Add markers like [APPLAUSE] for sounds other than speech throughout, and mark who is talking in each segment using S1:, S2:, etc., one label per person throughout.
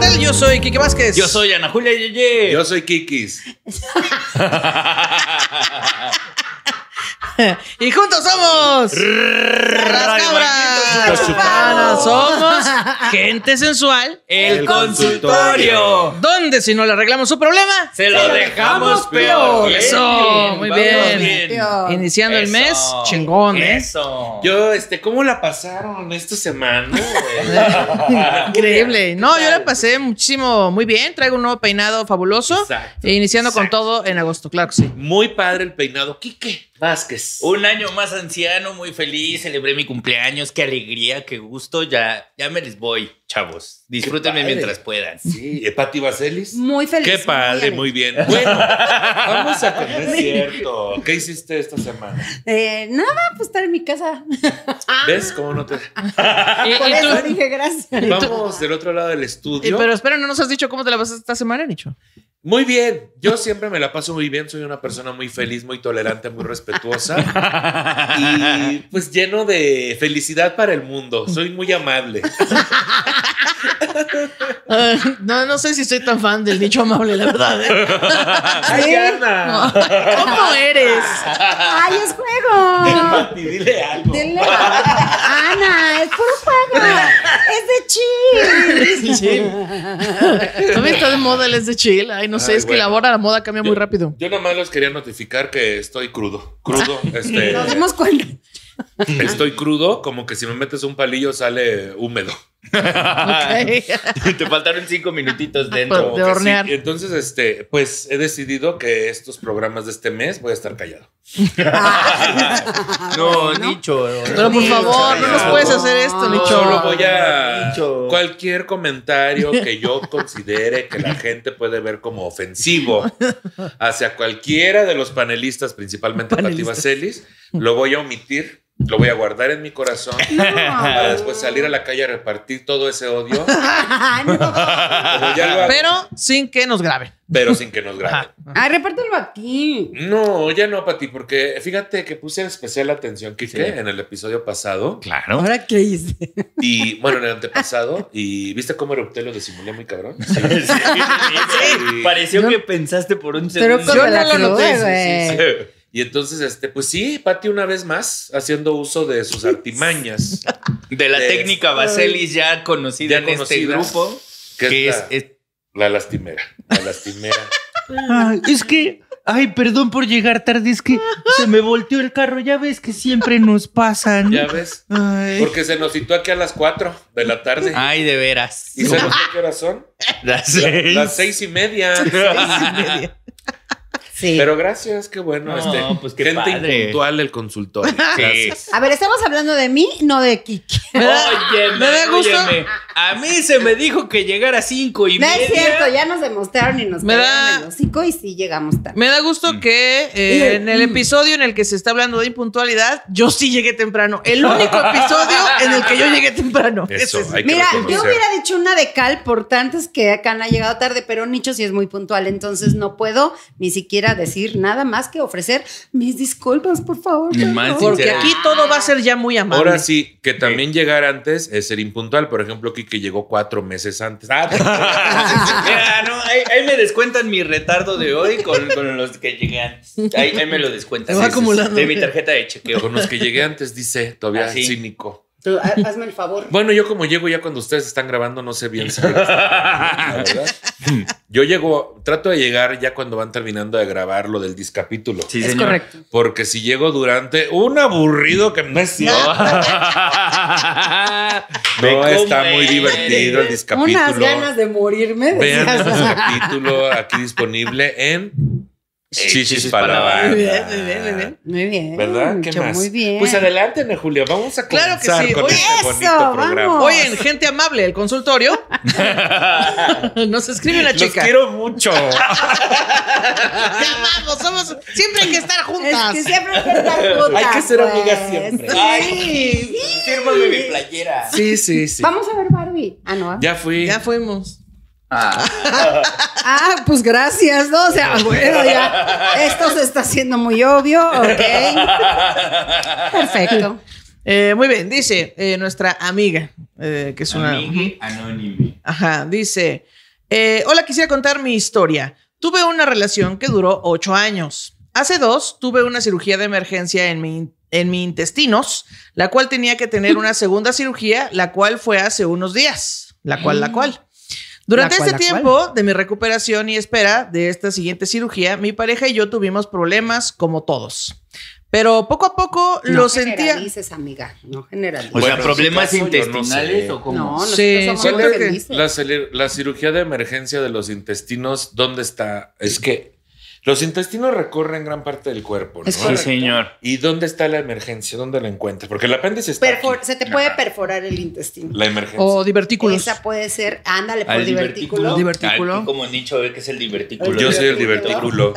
S1: tal? Yo soy Kike Vázquez.
S2: Yo soy Ana Julia Yeye.
S3: Yo soy Kikis.
S1: Y juntos somos. Las cabras.
S2: Los
S4: chupanos.
S1: Somos [LAUGHS] gente sensual.
S2: El
S3: El
S2: consultorio.
S1: ¿Dónde si no le arreglamos su problema?
S2: Se lo dejamos peor.
S1: Eso, muy
S2: Vamos
S1: bien.
S4: Peor.
S1: Iniciando el
S2: Eso.
S1: mes, chingón, ¿eh?
S2: Eso.
S3: Yo, este, ¿cómo la pasaron esta semana?
S1: Increíble. No, yo la pasé muchísimo, muy bien. Traigo un nuevo peinado fabuloso.
S3: Exacto,
S1: E iniciando
S3: exacto.
S1: con todo en agosto, claro que
S2: [LAUGHS]
S1: sí.
S3: Muy padre el peinado. Quique Vázquez.
S2: Un año más anciano, muy feliz, celebré mi cumpleaños, qué alegría, qué gusto, ya, ya me les voy, chavos. Disfrútenme
S3: padre.
S2: mientras puedan.
S3: Sí, eh, Pati Vaselis.
S4: Muy feliz.
S3: Qué padre,
S4: alegre.
S3: muy bien. Bueno, vamos a
S2: [LAUGHS]
S3: comer. Es cierto. ¿Qué hiciste esta semana?
S4: Eh, nada, pues estar en mi casa.
S3: ¿Ves cómo no
S1: [LAUGHS]
S3: te.?
S1: Y-
S4: Por
S1: y tú-
S4: eso dije gracias.
S3: Vamos del otro lado del
S1: y-
S3: estudio.
S1: pero espera, no nos has dicho cómo te la pasas esta semana, Nicho.
S3: Muy bien, yo siempre me la paso muy bien, soy una persona muy feliz, muy tolerante, muy respetuosa y pues lleno de felicidad para el mundo, soy muy amable.
S1: [LAUGHS] Ah, no, no sé si soy tan fan del Nicho amable, [LAUGHS] la verdad. ¿eh?
S3: ¡Ay, Ana!
S1: ¿Cómo eres?
S4: ¡Ay, es juego!
S3: Pati, dile algo.
S4: Dile. Ana, es puro juego. Es de chill.
S1: También está de moda el es de chill. Ay, no sé,
S3: Ay,
S1: es que
S3: bueno.
S1: la hora la moda cambia muy rápido.
S3: Yo nomás los quería notificar que estoy crudo,
S1: [LAUGHS]
S3: crudo, este,
S4: Nos dimos cuenta.
S3: estoy crudo, como que si me metes un palillo sale húmedo. Ah.
S1: Ok. Ah, pues,
S2: Te faltaron cinco minutitos
S1: Pero-
S2: dentro.
S3: Como
S1: De
S3: que sí.
S1: hornear.
S3: Entonces, este, pues he decidido que estos programas de este mes voy a estar callado.
S2: No, Nicho.
S1: Pero por
S4: Nicho,
S1: favor, no nos
S3: no.
S1: puedes hacer esto,
S4: No,
S1: Nicho.
S3: Solo voy a
S2: Dicho.
S3: cualquier comentario
S1: [LAUGHS]
S3: que yo considere que la gente puede ver como ofensivo hacia cualquiera de los panelistas, principalmente Pati
S1: Panelistas.
S3: Vaselis, lo voy a omitir, lo voy a guardar en mi corazón para [LAUGHS] después salir a la calle a repartir todo ese odio,
S4: [LAUGHS] Ay, no.
S3: como ya
S2: [LAUGHS]
S3: lo hago, pero,
S1: Pero sin que nos graben.
S3: sin que nos graben.
S4: Ay, repártelo a ti.
S3: No, ya no, Pati, porque fíjate que puse especial atención, Kike,
S2: Sí.
S3: en el episodio pasado
S2: Claro.
S4: ¿Ahora
S1: [LAUGHS]
S4: qué hice?
S3: y, bueno, en el antepasado, y ¿viste cómo erupté lo disimulé muy cabrón? Sí.
S2: [LAUGHS] Sí, sí, sí. Pareció
S1: Yo-
S2: que pensaste por un
S4: Pero
S2: segundo.
S4: con
S1: Yo no
S4: la
S1: lo
S4: cruda,
S1: noté,
S4: güey.
S3: Y entonces, este, pues sí, Pati una vez más haciendo uso de sus artimañas,
S2: de la
S3: de-
S2: técnica Baselis ya conocida
S3: Ya
S2: en este
S3: conocida.
S2: grupo.
S3: que,
S2: Que
S3: es,
S2: es,
S3: la,
S2: es-
S3: la lastimera, la lastimera.
S5: Ay, es que, ay, perdón por llegar tarde, es que se me volteó el carro, ya ves que siempre nos pasan.
S3: ¿Ya ves?
S5: Ay.
S3: Porque se nos citó aquí a las 4 de la tarde.
S2: Ay, de veras.
S3: ¿Y [LAUGHS] sabes qué horas son?
S2: Las
S3: La-
S2: seis.
S3: Las seis y media.
S2: [LAUGHS]
S4: Sí.
S3: Pero gracias, qué
S2: No,
S3: bueno. este,
S2: pues qué
S3: gente
S2: padre.
S3: puntual el consultorio.
S2: [LAUGHS] Sí.
S3: Gracias.
S4: A ver, estamos hablando de mí, no de Kiki.
S1: Me da-
S2: Óyeme,
S1: me da gusto.
S2: óyeme. A mí se me dijo que llegara a cinco y
S4: No
S2: media.
S4: es cierto, ya nos demostraron y nos
S1: Me da-
S4: quedaron en el hocico y sí llegamos tarde.
S1: Me da gusto
S3: Mm.
S1: que eh, en
S4: mm.
S1: el episodio en el que se está hablando de impuntualidad, yo sí llegué temprano. El único episodio en el que yo llegué temprano. Ese
S3: Eso,
S1: es.
S3: hay que
S4: Mira, yo
S3: reconocer.
S4: hubiera dicho una de cal por tantas que acá ha llegado tarde, pero Nicho sí es muy puntual, entonces no puedo ni siquiera decir nada más que ofrecer mis disculpas, por favor.
S2: Ni más
S4: perdón.
S1: Porque
S2: sincero.
S1: aquí todo va a ser ya muy amable.
S3: Ahora sí, que también llegar antes es ser impuntual. Por ejemplo, Kike llegó cuatro meses antes.
S2: pues,
S3: [LAUGHS] Ah,
S2: [LAUGHS] Mira, no, ahí, ahí me descuentan mi retardo de hoy con, con los que llegué antes. Ahí, ahí me lo descuentan.
S1: Te va
S2: Sí, sí, sí.
S1: acumulando.
S2: De mi tarjeta de chequeo.
S3: con los que llegué antes, dice, todavía
S2: Ah, sí.
S3: cínico.
S4: Tú, ha- hazme el favor.
S3: Bueno, yo como llego ya cuando ustedes están grabando, no sé bien. si voy a estar, la
S2: [LAUGHS]
S3: verdad. yo llego, trato de llegar ya cuando van terminando de grabar lo del discapítulo.
S2: Sí,
S4: es
S2: señor.
S4: correcto.
S3: Porque si llego durante un aburrido que no es [LAUGHS] cierto. No,
S2: Ve
S3: está
S2: cómo
S3: muy
S2: eres.
S3: divertido el discapítulo.
S4: Unas ganas de morirme.
S3: Vean
S4: decías.
S3: el discapítulo aquí disponible en Chichis
S2: Chichis
S3: para la
S2: para la
S3: Banda.
S1: Muy bien, muy bien, muy bien.
S4: Muy bien.
S3: Mm, ¿Verdad? ¿Qué
S4: Nicho,
S3: más?
S4: Muy bien.
S3: Pues adelante, Ana Julia. Vamos a
S1: Claro que
S3: comenzar
S1: sí.
S3: con
S1: Oye,
S3: este
S4: eso,
S3: bonito programa.
S4: vamos.
S1: Oye, en gente amable, el consultorio. [LAUGHS] Nos escribe una
S3: Los
S1: chica. [LAUGHS]
S3: quiero mucho.
S1: Te amamos, somos. Siempre hay que estar
S4: es
S1: juntas.
S4: que siempre hay
S3: [LAUGHS]
S4: que estar juntas,
S3: Hay que ser
S4: pues.
S3: amigas siempre.
S4: Sí.
S2: Ay, Fírmame mi playera.
S3: Sí, sí, sí.
S4: Vamos a ver Barbie. Ah, no.
S3: Ya fui.
S1: Ya fuimos.
S4: Ah, pues gracias, ¿no? O sea,
S3: [LAUGHS]
S4: bueno, ya. Esto se está haciendo muy obvio, ok. Perfecto.
S1: Eh, muy bien, dice eh, nuestra amiga, eh, que es una.
S2: Amigue anónimo.
S1: Ajá, dice, Eh, hola, quisiera contar mi historia. Tuve una relación que duró ocho años. Hace dos tuve una cirugía de emergencia en mi, en mi intestinos, la cual tenía que tener una segunda cirugía, la cual fue hace unos días. La cual, la cual. Durante
S4: Mm. La cual,
S1: este
S4: la cual.
S1: tiempo de mi recuperación y espera de esta siguiente cirugía, mi pareja y yo tuvimos problemas como todos. Pero poco a poco
S4: No
S1: lo sentía.
S4: generalices, amiga. No generalices.
S2: O
S3: Bueno,
S2: sea, problemas
S3: en su caso, yo no
S2: intestinales
S3: sé.
S2: o
S4: no,
S2: cómo.
S4: nosotros
S1: Sí,
S4: somos
S1: siento
S4: muy
S1: que
S4: felices.
S3: La, cele- la cirugía de emergencia de los intestinos, ¿dónde está? Es que los intestinos recorren gran parte del cuerpo, ¿no?
S4: Es correcto.
S2: Sí, señor.
S3: ¿Y dónde está la emergencia? ¿Dónde la encuentras? Porque el apéndice está
S4: Perfor-
S3: aquí.
S4: se te puede Oh, perforar el intestino.
S3: La emergencia.
S1: O divertículos.
S4: Esa puede ser, ándale, por
S2: Al
S4: divertículo.
S1: divertículo. Divertículo.
S2: Aquí como nicho ve que es el divertículo.
S3: Yo soy el [LAUGHS] divertículo.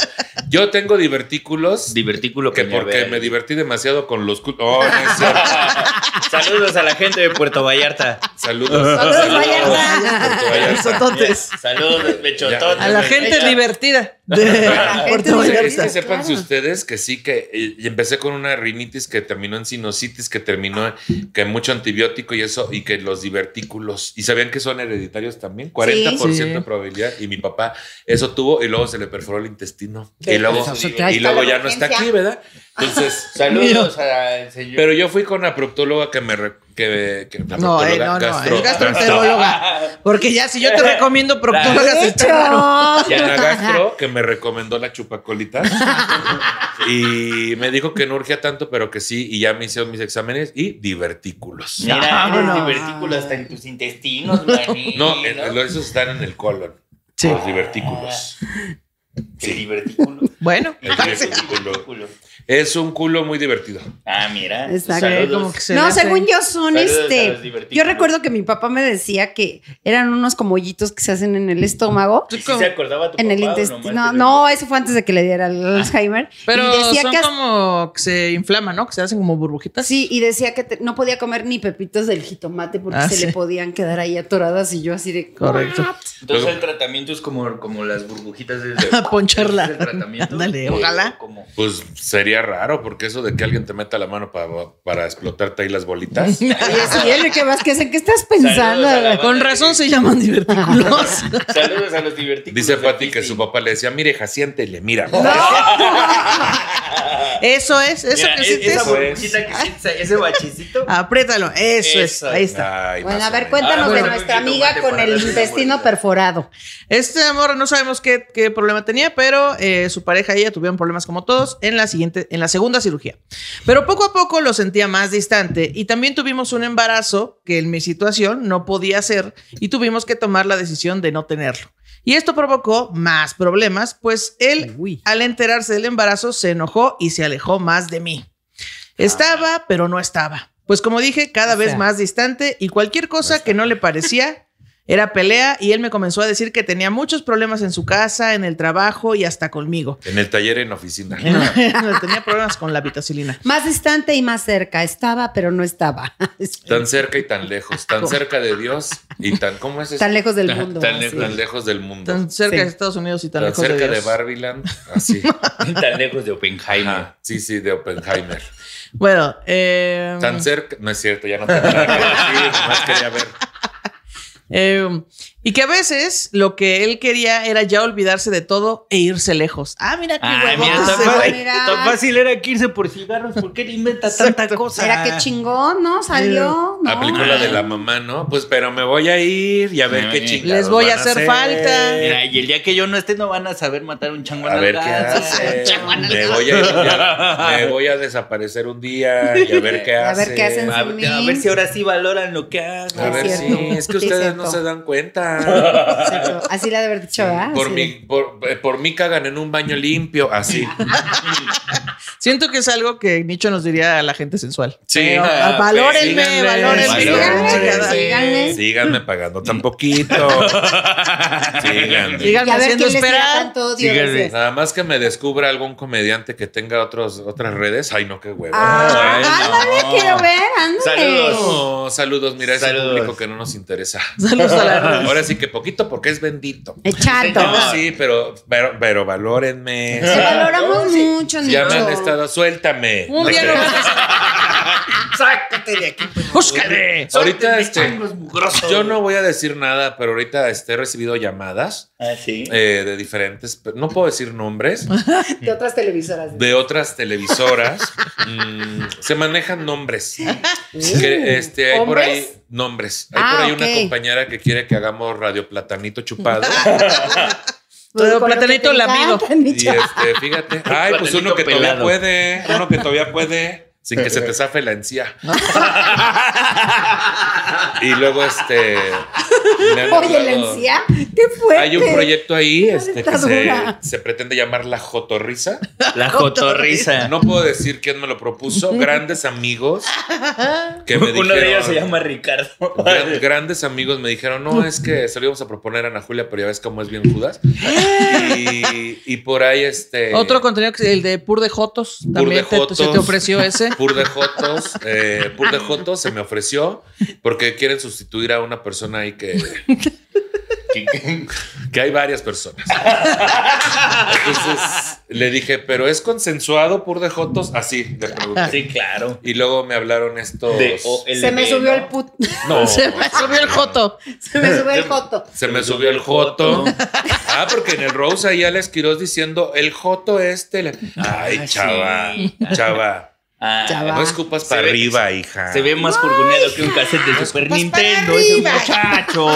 S3: Yo tengo divertículos
S2: Divertículo
S3: que
S2: Peña
S3: porque
S2: Verde.
S3: me divertí demasiado con los... cul- Oh, no es
S4: [LAUGHS]
S3: cierto.
S2: [LAUGHS] Saludos a la gente de Puerto Vallarta.
S3: Saludos.
S4: Saludos, Vallarta.
S3: Puerto
S1: [LAUGHS]
S3: Vallarta.
S1: Besototes.
S2: Saludos, mechototes.
S1: A la gente
S2: Mecha- [LAUGHS]
S1: divertida de
S4: La gente
S1: Puerto
S3: Es que-
S1: Vallarta.
S3: es que sepan
S4: Claro.
S3: si ustedes que sí, que eh, y empecé con una rinitis que terminó en sinusitis, que terminó en- que mucho antibiótico y eso, y que los divertículos, y sabían que son hereditarios también, 40% de
S1: Sí.
S3: probabilidad, y mi papá eso tuvo, y luego se le perforó el intestino,
S4: Ve,
S3: y luego,
S4: pues,
S2: y
S4: ahí
S3: y luego
S4: la
S3: ya no está
S4: urgencia.
S3: aquí, ¿verdad? Entonces,
S2: [LAUGHS] Saludos al señor.
S3: pero yo fui con una proctóloga que me... re- que, que- la
S1: No, eh,
S3: proctóloga,
S1: no, no,
S3: gastro-
S1: es gastroenteróloga. Porque ya, si yo te recomiendo proctólogas,
S4: De
S1: está raro.
S4: hecho.
S3: Diana Gastro, que me recomendó la chupacolita.
S4: [LAUGHS]
S3: y me dijo que no urgía tanto, pero que sí. Y ya me hicieron mis exámenes y
S2: [LAUGHS]
S3: divertículos.
S2: Mira,
S4: Vámonos.
S2: el divertículo hasta en tus intestinos, maní.
S3: No, en- en- esos están en el colon.
S1: Sí.
S3: Los divertículos.
S2: El divertículo.
S1: Bueno,
S2: [LAUGHS]
S3: El divertículo.
S2: Divertículo.
S3: Es un culo muy divertido.
S2: Ah, mira.
S4: Exacto.
S2: Saludos.
S1: como que se
S4: No,
S1: le hace-
S4: según yo son
S2: Saludos a los
S4: este. Yo
S2: divertículos.
S4: recuerdo que mi papá me decía que eran unos como hoyitos que se hacen en el estómago.
S2: ¿Y si se acordaba tu
S4: En el
S2: papá o
S4: intestino.
S2: nomás te Ah.
S4: No,
S2: recordó?
S4: eso fue antes de que le diera el Alzheimer. y
S1: Pero
S4: decía
S1: son
S4: que hasta-
S1: como que se inflaman, ¿no? Que se hacen como burbujitas.
S4: Sí, y decía que te- no podía comer ni pepitos del jitomate porque
S1: Ah,
S4: se
S1: sí.
S4: le podían quedar ahí atoradas y yo así de...
S1: Correcto.
S2: Entonces
S3: Luego-
S2: el tratamiento es como, como las burbujitas desde
S1: Poncharla.
S2: ¿Ese es el tratamiento?
S1: Ándale,
S2: Eh,
S1: ojalá.
S2: como-
S3: Pues sería raro, porque eso de que alguien te meta la mano para, para explotarte ahí las bolitas.
S4: Y así, "Henry, ¿eh? ¿qué vas? ¿Qué hacen? ¿Qué estás pensando?
S2: Saludos a la-
S1: Con razón se
S2: [LAUGHS]
S1: llaman divertículos.
S2: Saludos a los divertidos.
S3: Dice Pati que su papá le decía, mire, hija, siéntele, mira.
S1: Eso es, eso que sí te
S2: esa
S3: eso
S1: es.
S2: burbujita que sientes, ese [LAUGHS] bachicito.
S1: Apriétalo, eso es,
S2: Eso.
S1: ahí está.
S3: Ay,
S4: Bueno,
S3: más
S4: a
S3: o
S4: ver,
S2: Ah,
S3: menos.
S4: cuéntanos de
S2: bueno,
S4: nuestra
S2: un
S4: amiga
S2: jitomate
S4: con
S2: para
S4: el
S2: darle
S4: intestino
S2: vuelta.
S4: perforado.
S1: Este amor no sabemos qué, qué problema tenía, pero eh, su pareja y ella tuvieron problemas como todos en la siguiente, en la segunda cirugía. Pero poco a poco lo sentía más distante y también tuvimos un embarazo que en mi situación no podía hacer y tuvimos que tomar la decisión de no tenerlo. Y esto provocó más problemas, pues él,
S5: Uy.
S1: al enterarse del embarazo, se enojó y se alejó más de mí. Estaba, pero no estaba. Pues como dije, cada
S4: Ah. O
S1: vez
S4: sea.
S1: más distante y cualquier cosa que no le parecía era pelea y él me comenzó a decir que tenía muchos problemas en su casa, en el trabajo y hasta conmigo. [LAUGHS]
S3: En el taller en oficina.
S1: tenía problemas con la vitacilina.
S4: Más distante y más cerca. Estaba, pero no estaba. [LAUGHS]
S3: Tan cerca y tan lejos, tan cerca de Dios y tan ¿cómo es eso?
S4: Tan lejos del mundo.
S3: Tan
S4: así.
S3: lejos, tan lejos del mundo.
S1: Tan cerca
S4: Sí.
S1: de Estados Unidos y tan,
S3: Tan
S1: lejos
S3: cerca
S1: de,
S3: de,
S1: Dios.
S3: Barbiland,
S1: [LAUGHS]
S3: así.
S2: Tan lejos de Oppenheimer.
S3: Ajá. Sí, sí, de Oppenheimer.
S1: Bueno, eh,
S3: Tan cerca, no es cierto, ya no tengo nada que decir, nomás quería ver.
S1: eh, y que a veces lo que él quería era ya olvidarse de todo e irse lejos. Ah, mira qué
S2: Ah,
S1: huevón.
S2: mira,
S4: Ah,
S2: tan
S1: ese güey.
S2: fácil,
S4: mira.
S2: tan fácil era que irse por cigarros. ¿Por qué le inventa tanta cosa?
S4: Era que chingón, ¿no? Salió. ¿no?
S3: Aplicó la de la mamá, ¿no? Pues, pero me voy a ir y a ver
S2: Me voy
S3: qué
S2: a ir.
S3: chingados
S1: Les voy a
S3: van
S1: hacer falta.
S2: Mira, y el día que yo no esté, no van a saber matar un chango
S3: A
S2: en
S3: ver
S2: la
S3: qué
S2: casa.
S3: hace.
S4: Chaval,
S3: Me
S4: no.
S3: voy a, ir un día-
S4: [LAUGHS]
S3: me voy a desaparecer un día y a ver qué hace.
S4: A ver qué hacen.
S2: A ver, a ver si ahora sí valoran lo que hago.
S3: A
S4: Es
S3: ver si
S4: cierto.
S3: es que
S4: Sí,
S3: ustedes
S4: cierto.
S3: no se dan cuenta.
S4: [LAUGHS] Exacto. Así la de haber dicho, ¿verdad?
S3: Por
S4: Así
S3: mí,
S4: de-
S3: por, eh, por mí cagan en un baño limpio,
S4: [LAUGHS]
S3: así.
S1: Siento que es algo que Nicho nos diría a la gente sensual. [LAUGHS]
S3: Sí.
S1: Ah, valórenme,
S3: síganle,
S1: valórenme.
S3: síganle,
S1: chingada.
S4: Pues síganle.
S3: Síganme pagando tan poquito. Síganme.
S1: Síganme
S4: Y a ver
S1: haciendo
S4: quién les tira
S1: esperar.
S4: tanto odio.
S2: Síganle.
S4: decías.
S3: Nada más que me descubra algún comediante que tenga otros, otras redes. Ay, no, qué huevo.
S4: Ah,
S2: Ay, no.
S4: ándale, quiero ver, ándale.
S2: Saludos.
S3: No, saludos, mira, ese
S2: Saludos.
S3: público que no nos interesa.
S1: Saludos a
S3: [LAUGHS]
S1: la red.
S3: Ahora sí que poquito porque es bendito.
S4: Es chato.
S3: No, sí, pero, pero, pero valórenme.
S4: Te valoramos mucho,
S3: [LAUGHS]
S4: Nicho.
S3: Ya me han estado, suéltame.
S1: Un día lo van a
S2: Sácate de aquí.
S4: pues.
S1: ¡Búscale!
S3: Ahorita,
S2: Ahorita
S3: este,
S2: changos mugrosos.
S3: Yo no voy a decir nada, pero ahorita este, he recibido llamadas
S2: Ah, sí.
S3: eh, de diferentes, pero no puedo decir
S4: [LAUGHS]
S3: nombres,
S4: De otras televisoras.
S3: de otras televisoras. Mm, se manejan nombres. Que, este, hay por
S4: ¿Hombres?
S3: ahí nombres. Hay
S4: Ah,
S3: por ahí
S4: ok.
S3: una compañera que quiere que hagamos radio platanito
S4: [LAUGHS]
S3: chupado.
S4: Ah,
S1: Todo
S4: pues, Con lo que
S1: platanito
S4: te
S1: lamido.
S4: encantan,
S3: y este, fíjate. Ay, pues
S2: Platanito
S3: uno que todavía
S2: pelado.
S3: puede. Uno que todavía puede. Sin que se te zafe la
S4: [LAUGHS]
S3: encía. y luego este. me han
S4: [LAUGHS] Oye, la
S3: hablado-
S4: encía, qué fuerte.
S3: Hay un proyecto ahí este, que
S4: Está
S3: se,
S4: dura.
S3: se pretende llamar la Jotorrisa.
S2: [LAUGHS] La jotorrisa.
S3: [LAUGHS] No puedo decir quién me lo propuso. Grandes amigos que me
S2: Uno de ellos
S3: dijeron-
S2: se llama Ricardo.
S3: [LAUGHS] Gran- grandes amigos me dijeron, no, es que se lo íbamos a proponer a Ana Julia, pero ya ves cómo es bien Judas. Y, y por ahí este...
S1: Otro contenido, que- el de Pur de Jotos.
S3: Pur
S1: También
S3: de
S1: te-
S3: Jotos.
S1: se te ofreció ese.
S3: Pur de Jotos, eh, Pur de Jotos se me ofreció porque quieren sustituir a una persona ahí que, que hay varias personas. Entonces le dije, pero es consensuado Pur de Jotos, así le
S2: [LAUGHS]
S3: pregunté.
S2: sí, claro.
S3: Y luego me hablaron estos...
S2: De OLB,
S4: Se me subió
S2: ¿no?
S4: el put, [LAUGHS]
S3: No.
S1: Se me subió el Joto.
S4: se me subió
S3: [LAUGHS]
S4: el joto.
S3: Se me subió el joto. ah, porque en el Rose ahí Alex Quiroz diciendo el joto este. le- Ay, chava,
S2: sí.
S3: chava.
S2: Ah,
S4: Chava.
S3: No escupas para
S2: ve-
S3: arriba, hija.
S2: Se ve más furgoneado que un cassette de Super
S4: pues,
S1: para
S2: Nintendo,
S1: arriba.
S2: ese
S4: [LAUGHS]
S2: muchacho.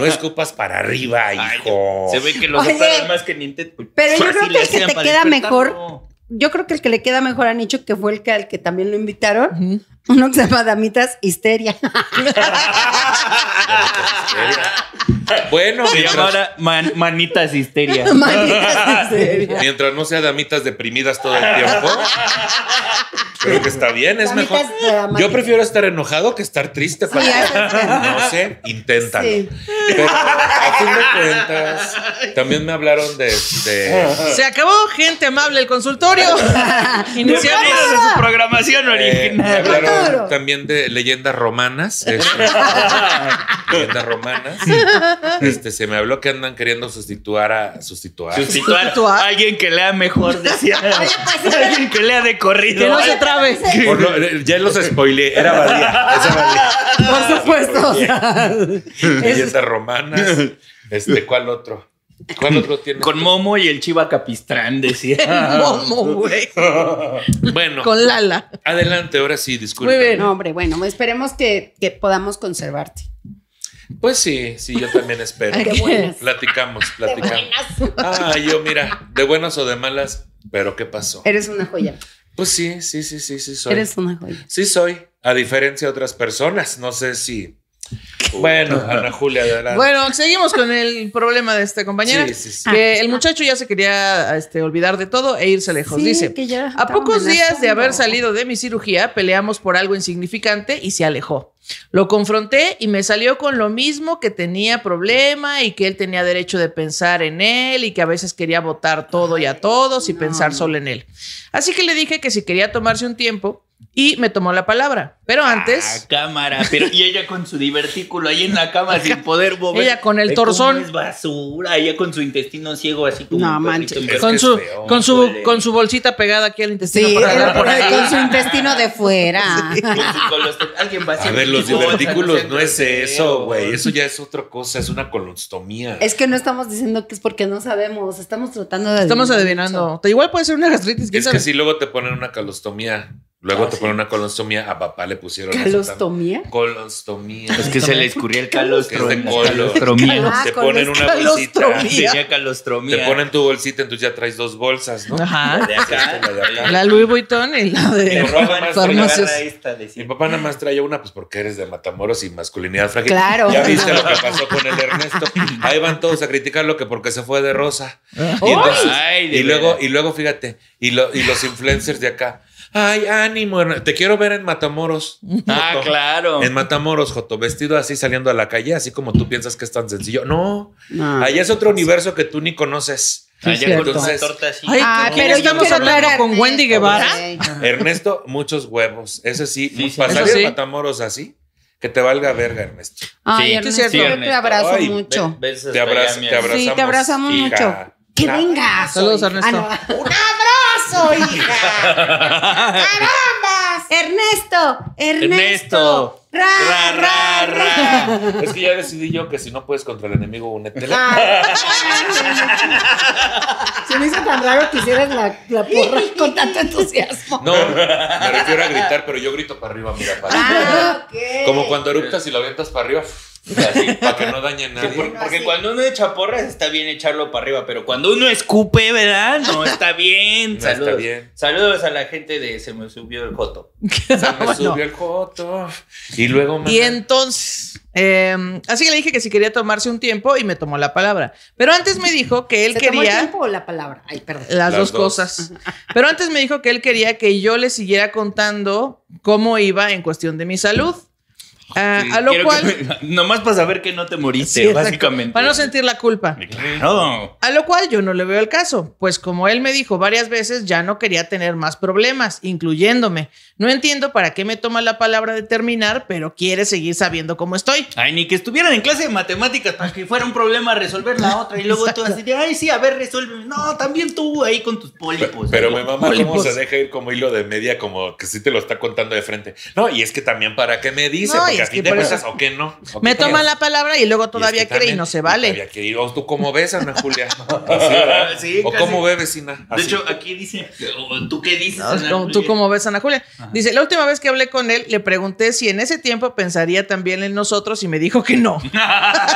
S3: No escupas para arriba,
S2: Ay,
S3: hijo.
S2: Se ve que lo
S4: Oye,
S2: separan más que Nintendo. Pues,
S4: pero yo
S2: Así
S4: creo
S2: le
S4: que el que
S2: hacían
S4: te
S2: para
S4: queda
S2: [LAUGHS]
S3: [LAUGHS]
S4: mejor-
S2: despertarlo.
S4: Yo creo que el que le queda mejor a Nicho, que fue el que al que también lo invitaron,
S1: Ujú.
S4: uno que se llama Damitas Histeria. [LAUGHS]
S3: pues, Bueno,
S2: Se llama
S3: mientras,
S2: ahora man-
S1: [LAUGHS]
S2: Manitas Histeria.
S4: Manitas Histeria.
S3: mientras no sea damitas deprimidas todo el tiempo, creo que está bien, es mejor.
S4: Damitas dramáticas.
S3: Yo prefiero estar enojado que estar triste. Paco. no sé, intentan.
S4: Sí.
S3: Pero a fin de cuentas, también me hablaron de, de
S1: Se acabó, gente amable, el consultorio.
S3: [LAUGHS]
S1: Iniciamos.
S2: Bienvenidos a su programación
S3: Eh, me
S2: original.
S3: hablaron
S4: Arturo.
S3: también de leyendas romanas. este, leyendas romanas. Este, se me habló que andan queriendo sustituar a sustituar.
S2: Sustituar
S1: Sustituar.
S2: a alguien que
S1: [LAUGHS]
S2: lea mejor, decía. [LAUGHS] alguien que lea de corrido.
S1: pues, Que no se trabe.
S3: Por lo- ya los spoileé, era valía. Esa valía.
S4: Por supuesto. o [LAUGHS] sea,
S3: [LAUGHS] leyendas romanas. Este, ¿cuál otro? ¿Cuál otro tiene?
S2: Con Momo y el Chiva Capistrán, decía.
S1: [LAUGHS] Momo, güey.
S3: bueno,
S1: Con Lala.
S3: adelante, ahora sí, disculpe.
S1: Muy bien.
S4: no, hombre, bueno, esperemos que, que podamos conservarte.
S3: Pues sí, sí, yo también espero.
S1: Ay,
S4: Qué buenas.
S3: Platicamos, platicamos. Ah, yo mira, de buenas o de malas, pero ¿qué pasó?
S4: Eres una joya.
S3: Pues sí, sí, sí, sí, sí, soy.
S4: Eh. Eres una joya.
S3: Sí soy, a diferencia de otras personas. No sé si... Bueno, Ana Julia, de verdad.
S1: Bueno, Ah, seguimos con el problema de esta compañera.
S3: Sí, sí, sí.
S1: Que el muchacho ya se quería este, olvidar de todo e irse lejos.
S4: Sí,
S1: Dice:
S4: que ya
S1: A
S4: estaba
S1: pocos días de
S4: amenazando".
S1: haber salido de mi cirugía, peleamos por algo insignificante y se alejó. Lo confronté y me salió con lo mismo que tenía problema y que él tenía derecho de pensar en él y que a veces quería votar todo y a todos y pensar solo en él. Así que le dije que si quería tomarse un tiempo y me tomó la palabra. Pero antes.
S2: Ah, cámara. Pero, y ella con su divertículo ahí en la cama sin poder mover.
S1: Ella con el
S2: Ve cómo
S1: torzón.
S2: Es basura. Ella con su intestino ciego así como.
S4: No,
S2: un
S4: manches.
S2: perrito en brazos.
S3: Es
S1: con
S3: que
S1: su,
S3: feo,
S1: con su
S2: híjole.
S1: con su bolsita pegada aquí al intestino
S4: Sí,
S1: para andar por
S4: era
S1: ahí.
S4: con su intestino de fuera.
S2: [LAUGHS] Con su- con los- Alguien va
S3: A
S2: hacer
S3: ver, los
S2: cosas,
S3: divertículos no es
S2: sean
S3: eso,
S2: groseros.
S3: güey. Eso ya es otra cosa, es una colostomía.
S4: Es que no estamos diciendo que es porque no sabemos, estamos tratando de
S1: Estamos
S4: adivinar
S1: adivinando. Te- Igual puede ser una gastritis, quién
S3: Es que
S1: sabe.
S3: si luego te ponen una colostomía, luego te ponen una colostomía, a papá le pusieron...
S4: mucho.
S3: eso
S4: ¿Calostomía?
S3: también. Colostomía.
S2: Es que se le escurría el calostro.
S3: Que es de colo.
S2: Calostromía.
S4: Ah,
S3: te
S4: con
S3: ponen
S4: los
S3: una bolsita.
S1: calostomía.
S2: Tenía calostromía.
S3: Te ponen tu bolsita, entonces ya traes dos bolsas, ¿no?
S1: Ajá.
S2: de acá.
S3: La de acá.
S1: La Louis Vuitton y la
S2: Te
S1: de
S2: roban más
S1: farmacias.
S2: agarra esta, decía.
S3: Mi papá nada más traía una, pues porque eres de Matamoros y masculinidad frágil.
S4: Claro.
S3: Ya viste lo que pasó con el Ernesto. Ahí van todos a criticarlo que porque se fue de rosa. [LAUGHS] Y,
S1: ¡Ay!
S3: entonces-
S2: Ay, de
S3: y luego,
S2: veras.
S3: y luego, fíjate, y, lo- y los influencers de acá. Ay, ánimo, Erne- te quiero ver en Matamoros.
S2: Ah,
S3: Joto.
S2: claro. Ah,
S3: En Matamoros, Joto, vestido así saliendo a la calle, así como tú piensas que es tan sencillo. No,
S4: Ah,
S3: allá es otro universo que tú ni conoces.
S1: Sí, es
S2: Allá con
S1: cierto.
S2: una
S3: Entonces-
S2: torta así.
S1: Ay,
S4: Ah,
S1: ¿con quién
S4: pero
S1: estamos
S4: yo quiero
S1: hablando?
S4: ver a
S1: ¿Con Wendy
S4: Ernesto,
S1: Guevara?
S4: güey.
S3: Ernesto, muchos huevos. Ese sí,
S2: Sí, sí,
S3: para
S2: sí.
S3: salir
S1: Eso sí.
S3: de Matamoros así, que te valga verga, Ernesto.
S4: Ay,
S2: Sí,
S4: Ernesto,
S1: sí, es
S4: yo
S2: cierto.
S4: te abrazo
S3: Ay,
S4: mucho.
S2: Ve- besos
S3: Te
S2: hasta
S3: abrazo-
S2: allá, mi
S3: te
S2: amor.
S3: abrazo.
S4: sí, te abrazamos
S3: hija.
S4: mucho. Que
S3: Nah.
S4: vengas. Ah,
S1: Saludos, Ernesto.
S4: Un abrazo, hija. Carambas. Ernesto, Ernesto.
S2: Ernesto.
S4: Ra,
S2: Ra, ra, ra.
S3: Es que ya decidí yo que si no puedes contra el enemigo, únetele.
S4: Ah. Se me hizo tan raro que hicieras la, la [LAUGHS] porra con tanto entusiasmo.
S3: No, me refiero a gritar, pero yo grito para arriba, mira, para arriba.
S4: Ah, ok.
S3: Como cuando eruptas y lo avientas para arriba, así, para que no dañe a
S2: Que por-
S3: nadie.
S4: Bueno,
S2: porque
S4: así.
S2: cuando uno echa porras está bien echarlo para arriba, pero cuando uno escupe, ¿verdad? No está bien.
S3: No está
S2: Saludos.
S3: bien.
S2: Saludos a la gente de Se me subió el joto.
S3: Se me
S1: Ah, Bueno.
S3: subió el coto y luego me...
S1: Y entonces, eh, así que le dije que si quería tomarse un tiempo y me tomó la palabra. Pero antes me dijo que él
S4: [LAUGHS] ¿Se tomó el
S1: quería...
S4: tiempo o la palabra? Ay, perdón.
S1: Las,
S3: Las
S1: dos,
S3: dos.
S4: [LAUGHS]
S1: cosas. Pero antes me dijo que él quería que yo le siguiera contando cómo iba en cuestión de mi salud. Ah,
S2: Sí,
S1: a lo
S2: quiero
S1: cual,
S2: que- [LAUGHS] nomás para saber que no te moriste,
S1: Sí, exacto.
S2: básicamente.
S1: [LAUGHS] para no sentir la culpa.
S2: Claro.
S1: A lo cual yo no le veo el caso, pues como él me dijo varias veces, ya no quería tener más problemas, incluyéndome. No entiendo para qué me toma la palabra de terminar, pero quiere seguir sabiendo cómo estoy.
S2: Ay, ni que estuvieran en clase de matemáticas para que fuera un problema resolver la otra y luego tú así de, ay, sí, a ver, resuelve. No, también tú ahí con tus pólipos.
S3: Pero mi mamá cómo
S1: Pólipos.
S3: se deja ir como hilo de media, como que sí te lo está contando de frente. No, y es que también para qué me dice,
S1: No, y
S3: porque a
S1: es
S3: fin
S1: que
S3: de
S1: por
S3: cuentas,
S1: eso-
S3: o qué no. ¿O
S1: Me
S3: qué
S1: toma
S3: crees?
S1: la palabra y luego todavía
S3: es que
S1: quiere y
S3: también,
S1: no se vale.
S3: Todavía quiere ir. ¿O tú cómo ves, Ana
S1: [LAUGHS]
S3: Julia? Así, ¿verdad?
S2: Sí,
S3: ¿O
S2: casi.
S3: cómo ve, vecina?
S2: De
S3: Así.
S2: hecho, aquí dice, o, ¿tú qué dices?
S1: No, es
S2: Ana
S1: como-
S2: Julia?
S1: tú como ves a Ana Julia. Dice, la última vez que hablé con él, le pregunté si en ese tiempo pensaría también en nosotros y me dijo que
S2: [LAUGHS]
S1: no. [LAUGHS]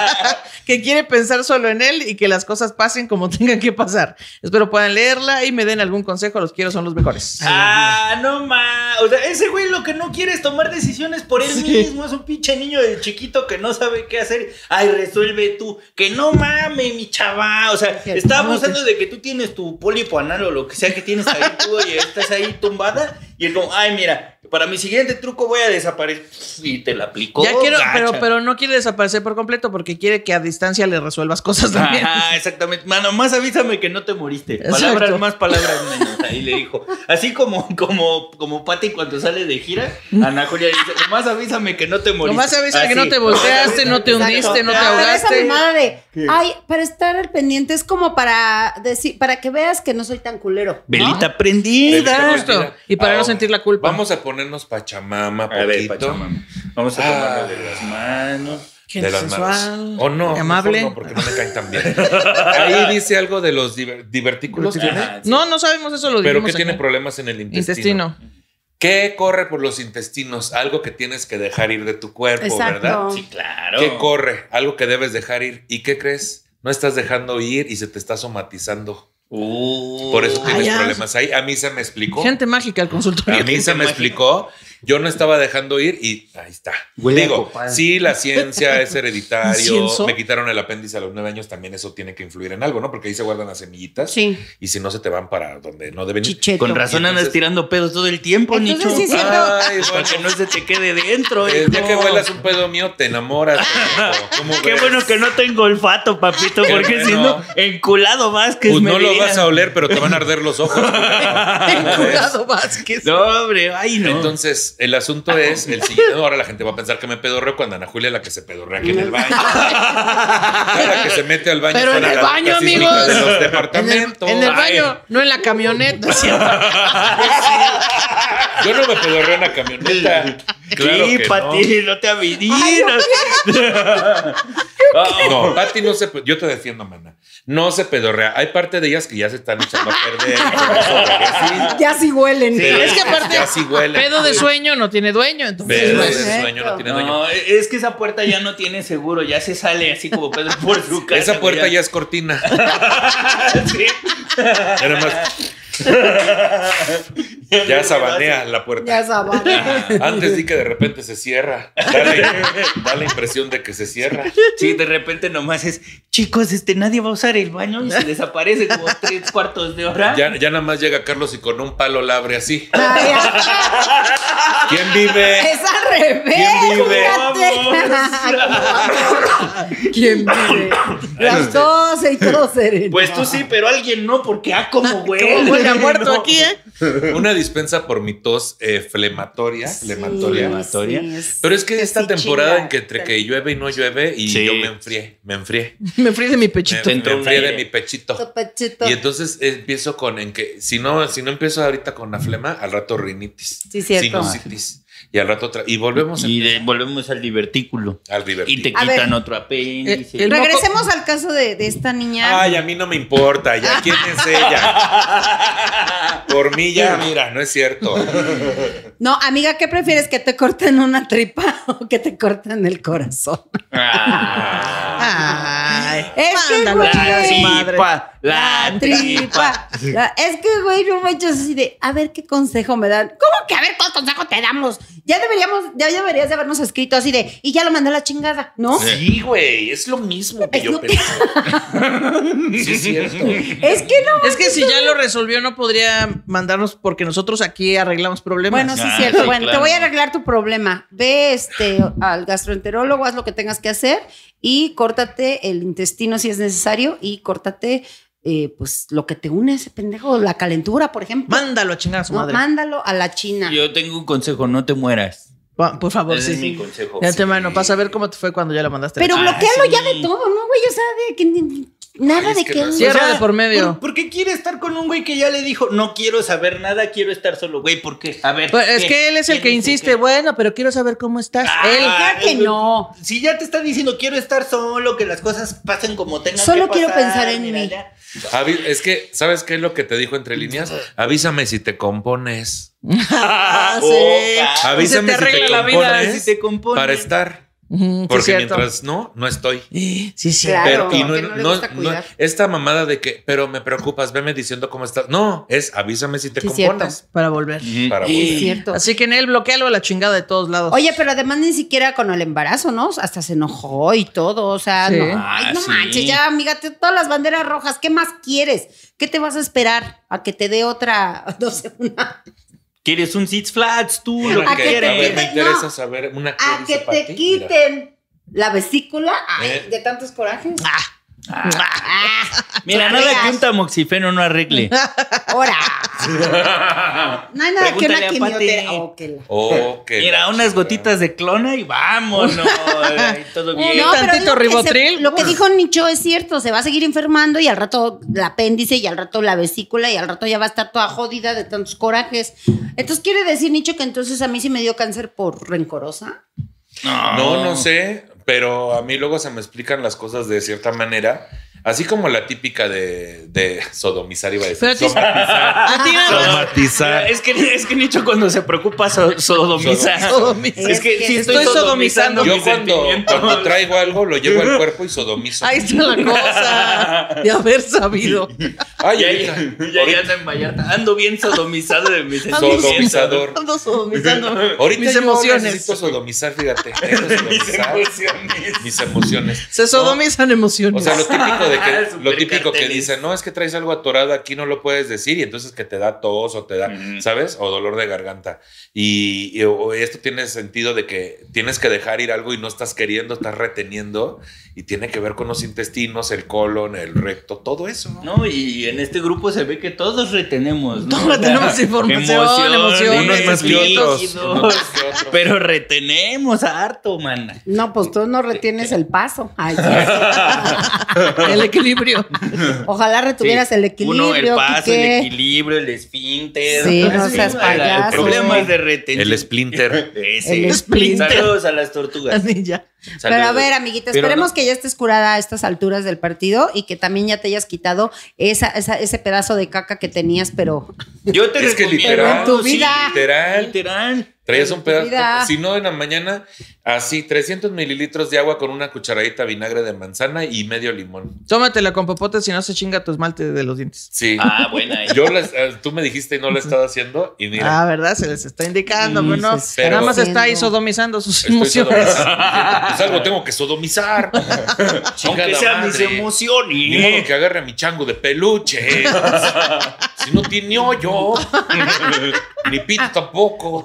S1: que quiere pensar solo en él y que las cosas pasen como [LAUGHS] tengan que pasar. Espero puedan leerla y me den algún consejo. Los quiero, son los mejores.
S2: Ah, no ma. O sea, ese güey lo que no quiere es tomar decisiones por él mismo. Es un pinche niño de chiquito que no sabe qué hacer. Ay, resuelve tú. Que no mames, mi chava. O sea,
S4: Que
S2: está
S4: no,
S1: pues.
S2: abusando de que tú tienes tu pólipo anal o lo que sea que tienes ahí tú y estás ahí tumbada. Y él como, ay, mira, para mi siguiente truco voy a desaparecer. Y te la aplicó.
S1: Ya quiero,
S2: gacha.
S1: pero, pero no quiere desaparecer por completo porque quiere que a distancia le resuelvas cosas también.
S2: Ajá, exactamente. Mano, más avísame que no te moriste.
S1: Exacto.
S2: Palabras más, palabras menos. Ahí le dijo. Así como, como, como Patty cuando sale de gira, Ana Julia le dice, más avísame que no te moriste.
S1: Nomás avisa que
S2: Así.
S1: no te volteaste, no te
S4: Exacto.
S1: hundiste, no te
S4: Ah, pero Esa
S1: ahogaste.
S4: mimada de, ay, para estar al pendiente es como para decir, para que veas que no soy tan culero.
S2: Velita
S3: Bebita,
S2: prendida.
S1: Exacto.
S3: mira.
S1: Y para no
S3: Ahora,
S1: sentir la culpa.
S3: Vamos a ponernos pachamama Ah.
S2: A ver,
S3: poquito.
S2: Pachamama. Vamos a tomarlo de las manos.
S1: Gente
S3: de las
S1: sensual,
S3: manos. O no,
S1: amable.
S3: amable. no, porque no me caen tan bien.
S1: [LAUGHS]
S3: Ahí dice algo de los diver- divertículos, ¿tiene?
S2: Ajá, sí.
S1: No, no sabemos eso, lo
S3: pero
S1: dijimos
S3: que tiene
S1: acá.
S3: problemas en el intestino.
S1: Intestino.
S3: ¿Qué corre por los intestinos? Algo que tienes que dejar ir de tu cuerpo,
S4: Exacto.
S3: ¿verdad?
S2: Sí, claro.
S3: ¿Qué corre? Algo que debes dejar ir. ¿Y qué crees? No estás dejando ir y se te está somatizando.
S2: Uh.
S3: Por eso tienes
S1: Ay, ya.
S3: problemas ahí. A mí se me explicó.
S1: Gente mágica al consultorio.
S3: A mí se me explicó, yo no estaba dejando ir y ahí está.
S2: Huele a
S3: Digo,
S2: copal.
S3: sí, la
S2: [LAUGHS]
S3: ciencia es hereditario.
S1: ¿Cienso?
S3: Me quitaron el apéndice a los nueve años, también eso tiene que influir en algo, ¿no? Porque ahí se guardan las semillitas
S4: Sí,
S3: y si no se te van para donde no deben ir.
S4: chicheto.
S2: Con razón andas
S3: Entonces-
S2: tirando pedos todo el tiempo,
S4: Entonces
S2: Nicho.
S4: sí siento-
S3: Ay,
S2: Para
S3: bueno,
S2: que no se te quede dentro.
S3: el día
S2: hijo.
S3: Eh, que vuelas un pedo mío
S2: [LAUGHS]
S3: te enamoras. pendejo. ¿Cómo
S2: Qué
S3: ves?
S2: bueno que no tengo olfato, papito,
S3: Pues. Qué
S2: porque si
S3: bueno.
S2: no, enculado Vázquez
S3: Pues
S2: me
S3: no lo
S2: dirían.
S3: vas a oler, pero te van a arder los ojos.
S2: [LAUGHS]
S1: Curado Vázquez.
S2: No, hombre, ay, no.
S3: Entonces, el asunto es el siguiente. Ahora la gente va a pensar que me pedorreo cuando Ana Julia es la que se pedorrea aquí en el baño. la que se mete al baño.
S1: Pero en
S3: fuera
S1: el
S3: la
S1: baño,
S3: ruta sísmica
S1: amigos.
S3: De los
S1: En el,
S3: departamentos.
S1: en el
S3: Ay,
S1: baño, no en la camioneta. [LAUGHS]
S3: yo no me pedorreo en la camioneta. [LAUGHS] Claro
S2: sí,
S3: que
S2: Pati, no, te
S1: pues,
S2: avenidas.
S3: no. No, Pati no se. pe- Yo te defiendo, mana. No se pedorrea. Hay parte de ellas que ya se están echando a
S1: [LAUGHS]
S3: perder. y por eso regresé.
S4: Ya sí huelen.
S3: Pero
S1: es que aparte,
S3: ya sí huele.
S1: Pedo de sueño no tiene dueño, entonces.
S3: Pedo de
S1: pues,
S4: Exacto.
S3: sueño no tiene dueño.
S2: No, es que esa puerta ya no tiene seguro, ya se sale así como
S3: [LAUGHS]
S2: Pedro por su casa.
S3: Esa puerta
S2: güey,
S3: ya es cortina. [LAUGHS]
S2: [LAUGHS]
S3: Era más,
S2: ya,
S3: ya sabanea la puerta. Ah,
S4: Ya sabes.
S3: Antes di que de repente se cierra. Dale, da la impresión de que se cierra.
S2: Sí, de repente nomás es, chicos, este, nadie va a usar el baño y
S3: [LAUGHS]
S2: se desaparece como tres cuartos de hora.
S3: Ya, ya nada más llega Carlos y con un palo la abre así.
S4: Ay, ay,
S3: ¿Quién vive?
S4: [LAUGHS] Es al revés.
S1: ¡Eh,
S3: ¿Quién vive?
S1: [LAUGHS]
S4: fíjate. [LAUGHS] ¿Quién vive? Las 12 y todo sereno.
S2: Pues tú sí, pero alguien no, porque ah,
S1: [LAUGHS]
S2: como
S1: ¿Cómo
S2: huele.
S1: huele a muerto
S2: [LAUGHS] No.
S1: aquí, eh?
S3: Una dispensa por mi tos eh, flematoria. flematoria.
S2: Flematoria.
S3: Pero es que esta temporada en que entre
S4: te
S3: que llueve y no llueve y
S5: Sí.
S3: yo me enfrié, me enfrié.
S1: Me enfríe de mi
S3: Me,
S1: pechito.
S3: me
S2: entró un
S3: enfrié de
S2: aire.
S3: mi pechito. Y entonces empiezo con en que si no, si no empiezo ahorita con la flema, al rato rinitis,
S4: Sí, cierto.
S3: sinusitis y al rato otra- y volvemos
S5: Y
S3: a-
S5: de- volvemos al divertículo.
S3: al
S5: Y te
S3: divertido.
S4: A ver.
S5: quitan otro apéndice. [LAUGHS]
S1: Eh, el-
S4: Regresemos al caso de, de esta niña.
S3: Ay, a mí no me importa, ya quién es ella. Por mí ya, mira, no es cierto.
S4: No, amiga, ¿qué prefieres? ¿Que te corten una tripa [LAUGHS] o que te corten el corazón?
S5: Ah,
S1: Ay,
S4: Es que,
S1: mándalo a
S4: güey.
S1: chingar a su madre.
S5: tripa, la tripa.
S4: Ah, La- es que, güey, no manches así de, a ver qué consejo me dan. ¿Cómo que a ver cuál consejo te damos? Ya deberíamos, ya deberías de habernos escrito así de, y ya lo mandé a la chingada, ¿no?
S3: Sí, güey, es lo mismo que
S4: Es
S3: yo
S4: lo que-
S3: pensé. Sí, es cierto.
S4: Es que no.
S1: Es que si ya lo resolvió, no podría mandarnos porque nosotros aquí arreglamos problemas.
S4: Bueno, sí,
S5: Ah,
S4: es cierto.
S5: sí,
S4: bueno,
S5: claro.
S4: te voy a arreglar tu problema. Ve este, al gastroenterólogo, haz lo que tengas que hacer y córtate el intestino si es necesario y córtate, eh, pues, lo que te une a ese pendejo, la calentura, por ejemplo.
S1: mándalo a chingar a su
S4: No,
S1: madre.
S4: mándalo a la China.
S5: Yo tengo un consejo, no te mueras.
S1: Pa- Por favor,
S5: Ese es mi
S1: sí.
S5: consejo.
S1: De antemano, vas a ver cómo te fue cuando ya la mandaste.
S4: Pero
S5: Ah,
S4: bloquealo
S5: sí.
S4: ya de todo, ¿no, güey? O sea, de que ni- ni- nada
S3: Es
S4: de
S3: que
S4: que.
S3: no es-
S1: Cierra
S2: O sea,
S1: de por medio.
S2: ¿por, por qué quiere estar con un güey que ya le dijo, no quiero saber nada, quiero estar solo? Güey, ¿por qué? A ver.
S1: Pues es
S2: ¿qué?
S1: que él es el
S2: ¿Qué
S1: que
S2: dice
S1: insiste,
S2: que-
S1: bueno, pero quiero saber cómo estás.
S2: Ah,
S1: él.
S4: Claro que no.
S2: Si ya te está diciendo, quiero estar solo, que las cosas pasen como tengan
S4: Solo
S2: que
S4: quiero
S2: pasar,
S4: pensar en mí.
S2: ya.
S3: Avi- es que, ¿sabes qué es lo que te dijo entre líneas? Avísame si te compones.
S1: [LAUGHS] Ah,
S2: Oh,
S1: sí.
S2: claro.
S3: Avísame
S1: Se te
S3: si te
S1: arregla la vida
S3: compones
S2: si te compones.
S3: para estar.
S1: Ujú, sí,
S3: Porque
S1: es cierto.
S3: mientras no, no estoy.
S1: Sí, sí.
S3: pero
S4: Claro.
S3: y
S4: que no le gusta cuidar.
S3: esta mamada de que, pero me preocupas, veme diciendo cómo estás. No, es avísame si te
S4: Sí, es
S3: compones.
S1: Para volver.
S3: Para
S5: Sí.
S4: Es cierto.
S1: Así que en él bloquealo a la chingada de todos lados.
S4: Oye, pero además ni siquiera con el embarazo, ¿no? Hasta se enojó y todo. O sea,
S1: Sí.
S4: no, ay, no
S5: Ah, sí.
S4: manches, ya, amiga, te- todas las banderas rojas, ¿qué más quieres? ¿Qué te vas a esperar? A que te dé otra, [LAUGHS] no sé, una.
S5: ¿Quieres un Six Flats tú? Lo
S4: ¿A
S5: que
S4: que te
S3: a ver,
S5: quieras.
S3: me
S4: quiten?
S3: interesa
S4: No.
S3: saber una qué
S4: A
S3: dice
S4: que
S3: para
S4: te
S3: ti.
S4: quiten la vesícula. Ay,
S3: Eh.
S4: de tantos corajes.
S5: Ah.
S4: Ah,
S5: Mira, nada que un tamoxifeno no arregle. [LAUGHS]
S4: Ahora. No hay nada que
S5: Pregúntale
S4: una
S5: a Pati.
S4: quimioterapia. Oh, que la-
S3: Mira, Oh, que
S5: Mira,
S3: la
S5: unas
S3: chingada.
S5: gotitas de clona y vámonos. Ay, todo bien.
S4: No, pero
S1: tantito
S4: lo que se-
S1: ribotril.
S4: lo que dijo Nicho es cierto, se va a seguir enfermando y al rato el apéndice y al rato la vesícula y al rato ya va a estar toda jodida de tantos corajes. Entonces quiere decir Nicho que entonces a mí sí me dio cáncer por rencorosa.
S3: No,
S5: Ah.
S3: no sé, pero a mí luego se me explican las cosas de cierta manera, así como la típica de, de sodomizar, iba a decir.
S1: Pero a ti-
S3: somatizar.
S1: a ti nada más.
S5: Mira,
S3: Somatizar.
S5: Es que, es que Nicho cuando se preocupa so- sodomiza.
S1: Sodomiza.
S5: Es que sí estoy,
S1: Estoy
S5: sodomizando.
S1: sodomizando
S3: Yo
S5: mis
S3: cuando,
S5: sentimientos.
S3: cuando traigo algo lo llevo al cuerpo y sodomizo.
S1: Ahí está la cosa de haber sabido.
S3: Ay,
S5: Ya,
S3: ahorita,
S5: ya, ya
S3: ahorita-
S5: ando en Vallarta. Ando bien sodomizado de mis [LAUGHS] sentimientos.
S3: sodomizador.
S1: Ando sodomizando.
S3: Ahorita
S1: Mis
S3: yo
S1: emociones.
S3: necesito
S5: [LAUGHS]
S3: sodomizar, fíjate. Necesito sodomizar mis emociones.
S1: Se sodomizan
S3: O
S1: emociones.
S3: sea,
S1: [LAUGHS]
S3: lo típico
S5: [LAUGHS]
S3: de que
S5: Super
S3: lo típico que
S5: carteles.
S3: dicen, no, es que traes algo atorado aquí, no lo puedes decir, y entonces que te da tos o te da,
S5: Ujú.
S3: ¿sabes? O dolor de garganta. Y, y- o esto tiene sentido de que tienes que dejar ir algo y no estás queriendo, estás reteniendo, y tiene que ver con los intestinos, el colon, el recto, todo eso.
S5: No, y en este grupo se ve que todos retenemos. ¿no?
S1: Todos
S5: [LAUGHS]
S1: retenemos información, emociones,
S5: unos más que
S1: líquidos.
S5: otros, unos que
S3: [LAUGHS]
S5: otros. [LAUGHS] Pero retenemos harto, mana.
S4: No, pues tú no retienes el paso. Ay, sí.
S5: [LAUGHS]
S1: El equilibrio.
S4: Ojalá retuvieras
S5: Sí.
S4: el equilibrio.
S5: Uno, el paso,
S4: Quique.
S5: el equilibrio, el esfínter.
S4: Sí, no
S5: Sí,
S4: seas
S5: la-
S4: payaso.
S5: Problemas de retención.
S3: El splinter.
S5: Ese.
S4: El
S1: splinter.
S5: Saludos a las tortugas.
S1: [LAUGHS] Así ya.
S4: Pero a
S5: Saludos.
S4: ver, amiguita,
S5: Pero
S4: esperemos
S5: no-
S4: que ya estés curada a estas alturas del partido y que también ya te hayas quitado esa, esa- ese pedazo de caca que tenías, pero
S5: Yo te
S3: Es que
S5: recomiendo,
S3: literal,
S4: Pero en tu
S5: sí,
S4: vida.
S3: literal,
S5: literal.
S3: Traías un pedazo,
S4: Vida.
S3: si no en la mañana, así 300 mililitros de agua con una cucharadita de vinagre de manzana y medio limón.
S1: Tómatela con popote si no se chinga tu esmalte de los dientes.
S3: Sí.
S5: Ah, buena.
S3: Yo las- eh, tú me dijiste y no lo he estado haciendo y mira,
S1: Ah, ¿verdad? Se les está indicando,
S4: Mm,
S1: pero no.
S4: se
S3: está
S1: Nada más
S4: haciendo.
S1: está ahí sodomizando sus
S3: estoy
S1: emociones.
S3: sodomizando. Pues algo tengo que sodomizar.
S4: [LAUGHS]
S5: Aunque
S3: Chingada
S5: sean mis
S3: madre. Ni modo
S5: emociones.
S3: que agarre a mi chango de
S4: [LAUGHS]
S3: peluche. si no tiene hoyo. Ni pito tampoco.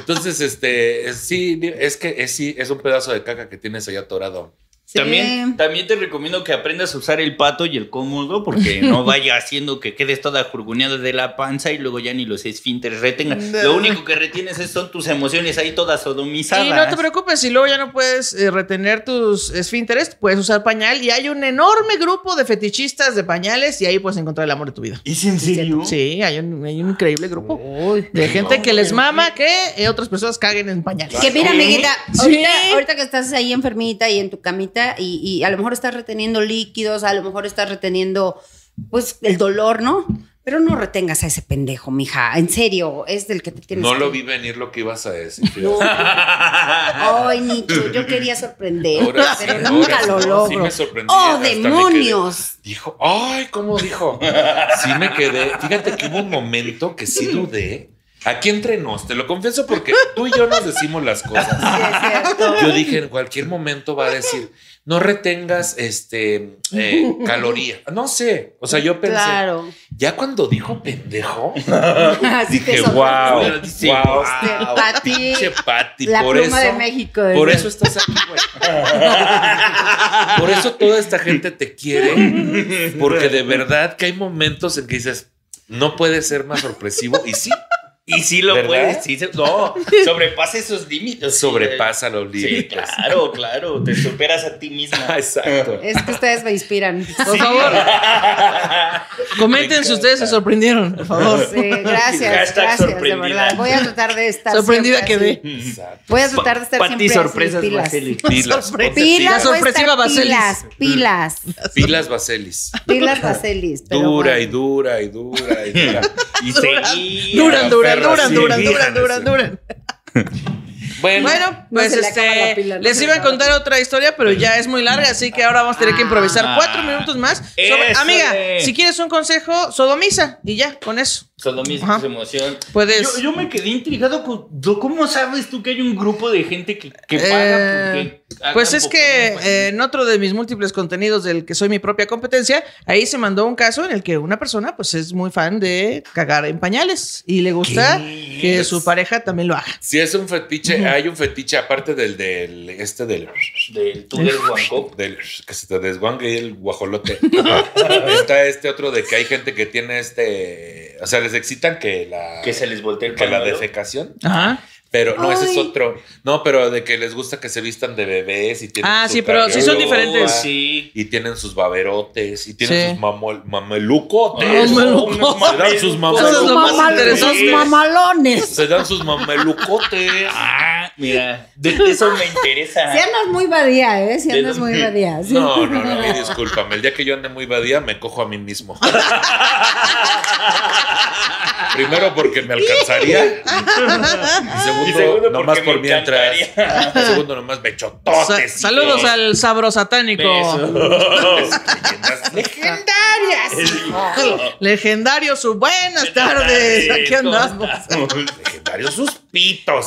S3: Entonces, este, sí, es que es, sí, es un pedazo de caca que tienes allá atorado.
S4: Sí.
S2: También, también te recomiendo que aprendas a usar el pato y el cómodo porque
S3: [LAUGHS]
S2: no vaya haciendo que quedes toda jurguneada de la panza y luego ya ni los esfínteres retengan.
S1: No.
S2: Lo único que retienes es- son tus emociones ahí todas sodomizadas.
S1: Y no te preocupes, si luego ya no puedes eh, retener tus esfínteres, puedes usar pañal y hay un enorme grupo de fetichistas de pañales y ahí puedes encontrar el amor de tu vida.
S2: ¿Es en serio?
S1: Sí, hay un, hay un increíble grupo de gente que les mama que eh, otras personas caguen en pañales.
S4: Que mira, amiguita,
S1: Sí.
S4: ahorita, ahorita que estás ahí enfermita y en tu camita y, y a lo mejor estás reteniendo líquidos, a lo mejor estás reteniendo, pues, el dolor, ¿no? Pero no retengas a ese pendejo, mija. En serio, es del que te tienes
S3: No
S4: que-
S3: lo vi venir lo que ibas a decir. fíjate.
S4: Ay, Nicho, yo quería sorprender,
S3: Ahora sí,
S4: pero
S3: ahora
S4: nunca
S3: sí,
S4: lo
S3: sí
S4: logro.
S3: me sorprendí,
S4: ¡Oh,
S3: hasta me quedé.
S4: demonios!
S3: Dijo, ay, ¿cómo dijo? [LAUGHS] Sí me quedé. Fíjate que hubo un momento que sí dudé. Aquí entre nos, te lo confieso porque tú y yo nos decimos las cosas.
S4: Sí, es cierto.
S3: [LAUGHS] Yo dije, en cualquier momento va a decir, no retengas este eh, caloría. No sé. O sea, yo pensé,
S4: Claro.
S3: ya cuando dijo pendejo,
S4: [LAUGHS] Así
S3: ah, dije,
S4: te
S3: wow,
S4: sorprendí.
S2: Sí,
S3: wow,
S4: Este, Pati,
S3: pinche Pati,
S4: La
S3: por eso.
S4: pluma de México. ¿eh?
S3: Por
S4: desde-
S3: eso estás aquí, güey. Por eso toda esta gente te quiere. [LAUGHS] Porque de verdad que hay momentos en que dices, no puede ser más sorpresivo.
S2: [LAUGHS]
S3: Y sí,
S2: Y sí lo
S3: ¿Verdad?
S2: puedes. sí se-
S3: [LAUGHS]
S2: no, sobrepasa esos límites.
S3: sobrepasa los
S2: Sí,
S3: límites.
S2: claro, claro. Te superas a ti misma.
S3: [LAUGHS] Exacto.
S4: Es que ustedes me inspiran. Por
S1: Por
S4: favor.
S1: favor, comenten si ustedes se sorprendieron, por favor.
S4: Sí,
S1: [LAUGHS]
S4: gracias,
S2: Hashtag
S4: gracias, de
S2: sorprendida.
S4: verdad. Voy a tratar de estar
S1: Sorprendida
S4: siempre
S1: quedé.
S2: [LAUGHS]
S4: así.
S3: Exacto.
S4: Voy a tratar de estar
S2: Pa-
S4: siempre
S2: Pati, sorpresas,
S4: así, pilas.
S2: Vasily.
S3: Pilas,
S1: Sorpresa.
S3: ponte
S4: Pilas,
S1: La
S3: pilas,
S4: voy a
S1: sorpresiva
S4: estar
S1: Vaselis.
S4: pilas, pilas,
S2: [LAUGHS]
S3: pilas Vaselis.
S4: pilas Vaselis. pero
S3: Dura y
S4: bueno.
S3: dura y dura y
S2: [LAUGHS]
S3: dura.
S2: Y
S1: [LAUGHS]
S2: seguí.
S1: Duran, duran,
S3: Perra,
S1: duran,
S3: sí,
S1: duran, duran,
S3: fíjense.
S1: duran, duran.
S3: Bueno,
S1: Bueno,
S4: No
S1: pues
S4: se le acaba
S1: este,
S4: la pila, no
S1: les
S4: se
S1: iba
S4: le
S1: a
S4: acaba la
S1: contar otra historia, pero ya es muy larga, así que ahora vamos a tener que improvisar
S2: Ah,
S1: cuatro minutos más. sobre-
S2: eso
S1: amiga,
S2: de-
S1: si quieres un consejo, sodomiza y ya, con eso.
S2: Sodomiza
S1: Ajá.
S2: tus emoción.
S1: Puedes.
S2: Yo, yo me quedé intrigado con do- cómo sabes tú que hay un grupo de gente que, que paga
S1: Eh,
S2: porque hagan
S1: Pues es que
S2: popó
S1: eh, en otro de mis múltiples contenidos del que soy mi propia competencia, ahí se mandó un caso en el que una persona pues es muy fan de cagar en pañales y le gusta
S2: ¿Qué?
S1: que su pareja también lo haga.
S3: si es un fetiche, hay un fetiche aparte del del este del
S2: del
S3: [LAUGHS]
S2: túnel Huancoco.
S3: del que se te desguangue el guajolote.
S2: [LAUGHS]
S3: Está este otro de que hay gente que tiene este, o sea, les excitan que la
S2: Que se les voltea el
S3: que la
S2: pañuelo.
S3: defecación,
S1: Ajá.
S3: pero no ese es
S4: Ay.
S3: otro. No, pero de que les gusta que se vistan de bebés y tienen
S1: Ah,
S3: su
S1: sí, pero sí son
S3: carriola,
S1: diferentes.
S2: Sí.
S3: Y tienen sus baberotes y tienen
S1: Sí.
S3: sus mamol- mamelucotes.
S1: Mamelucotes.
S3: Se dan sus
S1: Eso es lo más
S4: Mamal-
S1: interesante.
S4: los mamalones.
S3: Se dan sus mamelucotes.
S2: Ah, mira, de de eso me interesa.
S1: [LAUGHS]
S2: [LAUGHS]
S4: Si andas muy badía, ¿eh? Si andas muy badía. sí.
S3: No, no, no, y discúlpame. El día que yo ande muy badía, me cojo a
S1: [LAUGHS]
S3: mí mismo. Primero porque
S1: [LAUGHS]
S3: me alcanzaría. Y segundo,
S2: Y segundo,
S3: nomás
S2: porque
S3: por
S2: me
S3: mientras.
S2: encantaría.
S3: Y segundo, nomás me
S1: Sa-
S3: chototes.
S1: saludos al sabro satánico.
S2: Besos.
S1: Legendarias. [LAUGHS] Legendario, su buenas tardes. Aquí andamos.
S3: Legendarios sus pitos.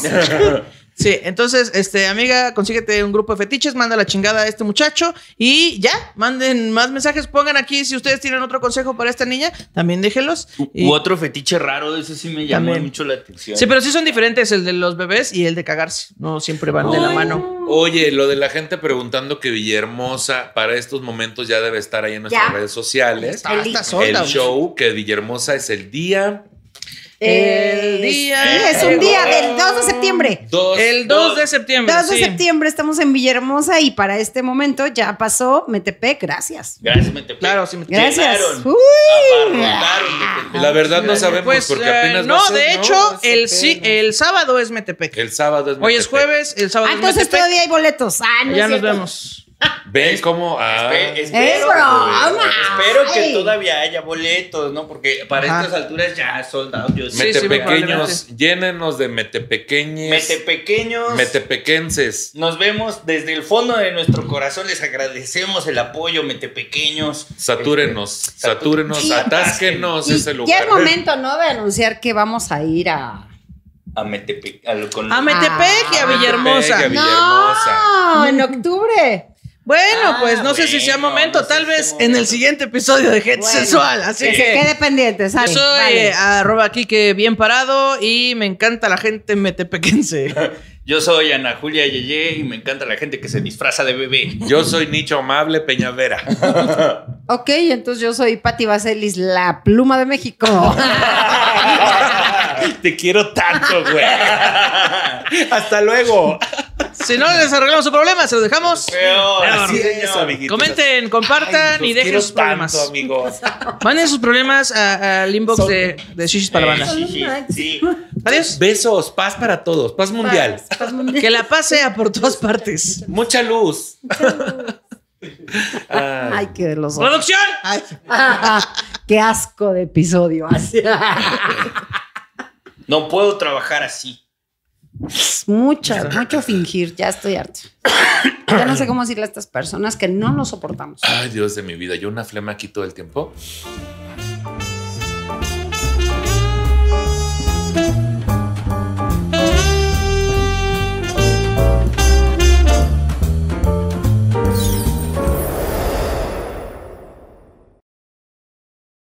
S1: Sí, entonces, este, amiga, consíguete un grupo de fetiches, manda la chingada a este muchacho y ya, manden más mensajes, pongan aquí si ustedes tienen otro consejo para esta niña, también déjenlos. Y-
S2: U otro fetiche raro, eso sí me llamó
S1: También.
S2: mucho la atención.
S1: sí, pero sí son diferentes el de los bebés y el de cagarse, no siempre van de la mano.
S3: [LAUGHS] Oye, lo de la gente preguntando que Villahermosa para estos momentos ya debe estar ahí en nuestras
S4: Ya.
S3: redes sociales.
S1: Está hasta
S3: El
S1: sola, güey.
S3: show que Villahermosa es el día
S1: El día-
S4: Sí, Eh, Es un día del 2 de septiembre.
S3: 2
S1: El 2 de septiembre.
S4: 2 de
S1: sí.
S4: septiembre estamos en Villahermosa y para este momento ya pasó Metepec. Gracias.
S2: Gracias, Metepec.
S1: Claro, sí, Metepec.
S4: Gracias.
S2: Llenaron,
S4: Uy.
S2: abarrotaron Metepec.
S3: La verdad no sabemos
S1: Ah, Pues,
S3: porque
S1: eh,
S3: apenas
S1: no,
S3: va a ser,
S1: de
S3: ¿no?
S1: hecho,
S3: Va a ser
S1: el, sí,
S3: apenas.
S1: el sábado es Metepec.
S3: El sábado es
S1: Hoy es
S3: Metepec.
S1: jueves, el sábado
S4: Ah,
S1: es
S4: entonces
S1: Metepec.
S4: todavía hay boletos. Ah, no es
S1: Ya nos
S4: cierto.
S1: vemos.
S3: Ven cómo ah,
S2: Espe-
S1: este,
S4: Es broma.
S2: Espero que
S4: Ay.
S2: todavía haya boletos, ¿no? Porque para
S1: Ajá.
S2: estas alturas ya soldados. Yo sé.
S1: sí, sí,
S3: metepequeños,
S1: probablemente.
S3: llénenos de metepequeñes,
S2: Mete pequeños.
S1: Este,
S3: metepequenses.
S2: Nos vemos desde el fondo de nuestro corazón. Les agradecemos el apoyo, mete pequeños.
S3: Satúrenos, satúrenos,
S4: Y-
S3: atásquenos
S4: Y
S3: ese
S4: Ya
S3: lugar.
S4: es momento, ¿no? De anunciar que vamos a ir a.
S2: Este, A Metepe, a lo- con-
S1: A Metepec y a
S4: Ah.
S1: Villahermosa.
S3: Metepec, a
S4: No,
S3: Villahermosa.
S4: en octubre.
S1: Bueno,
S2: Ah,
S1: pues no sé si sea
S2: bueno,
S1: momento,
S2: no sé
S1: tal
S2: si
S1: vez
S2: sea
S1: en el
S2: momento.
S1: siguiente episodio de Gente
S4: Bueno,
S1: Sensual. Así
S4: que
S1: que.
S4: se quede pendiente,
S1: Yo
S4: ¿sabes?
S1: soy ah.
S3: [LAUGHS]
S1: eh, arroba Kike bien parado y me encanta la gente metepequense.
S2: Yo soy Ana Julia Yeye y me encanta la gente que se disfraza de bebé.
S3: Yo soy Nicho Amable Peñavera.
S4: Ok, entonces yo soy Patti Vaselis, la pluma
S1: [LAUGHS]
S4: de México. [LAUGHS]
S3: [LAUGHS] Te quiero tanto, güey. Hasta luego.
S1: Si no les arreglamos su problema, se los dejamos.
S3: Así es, amiguitos.
S1: Comenten, compartan
S3: Ay,
S1: y
S3: los
S1: dejen
S3: quiero
S1: sus problemas.
S3: tanto, amigos.
S1: Manden sus problemas a- al inbox de, de Shishis para la banda.
S4: sí.
S2: Sí.
S1: [LAUGHS] Adiós.
S3: Besos, paz para todos, paz mundial.
S4: Paz, paz mundial.
S1: Que la paz sea por todas partes.
S3: Mucha luz. Ah.
S4: Ay, qué los Ah,
S1: ¡Producción!
S4: Qué asco de episodio. [LAUGHS] Así.
S2: No puedo trabajar así.
S4: Mucho, mucho fingir. Ya estoy harto. Ya no sé cómo decirle a estas personas que no nos soportamos.
S3: Ay, Dios de mi vida, yo una flema aquí todo el tiempo.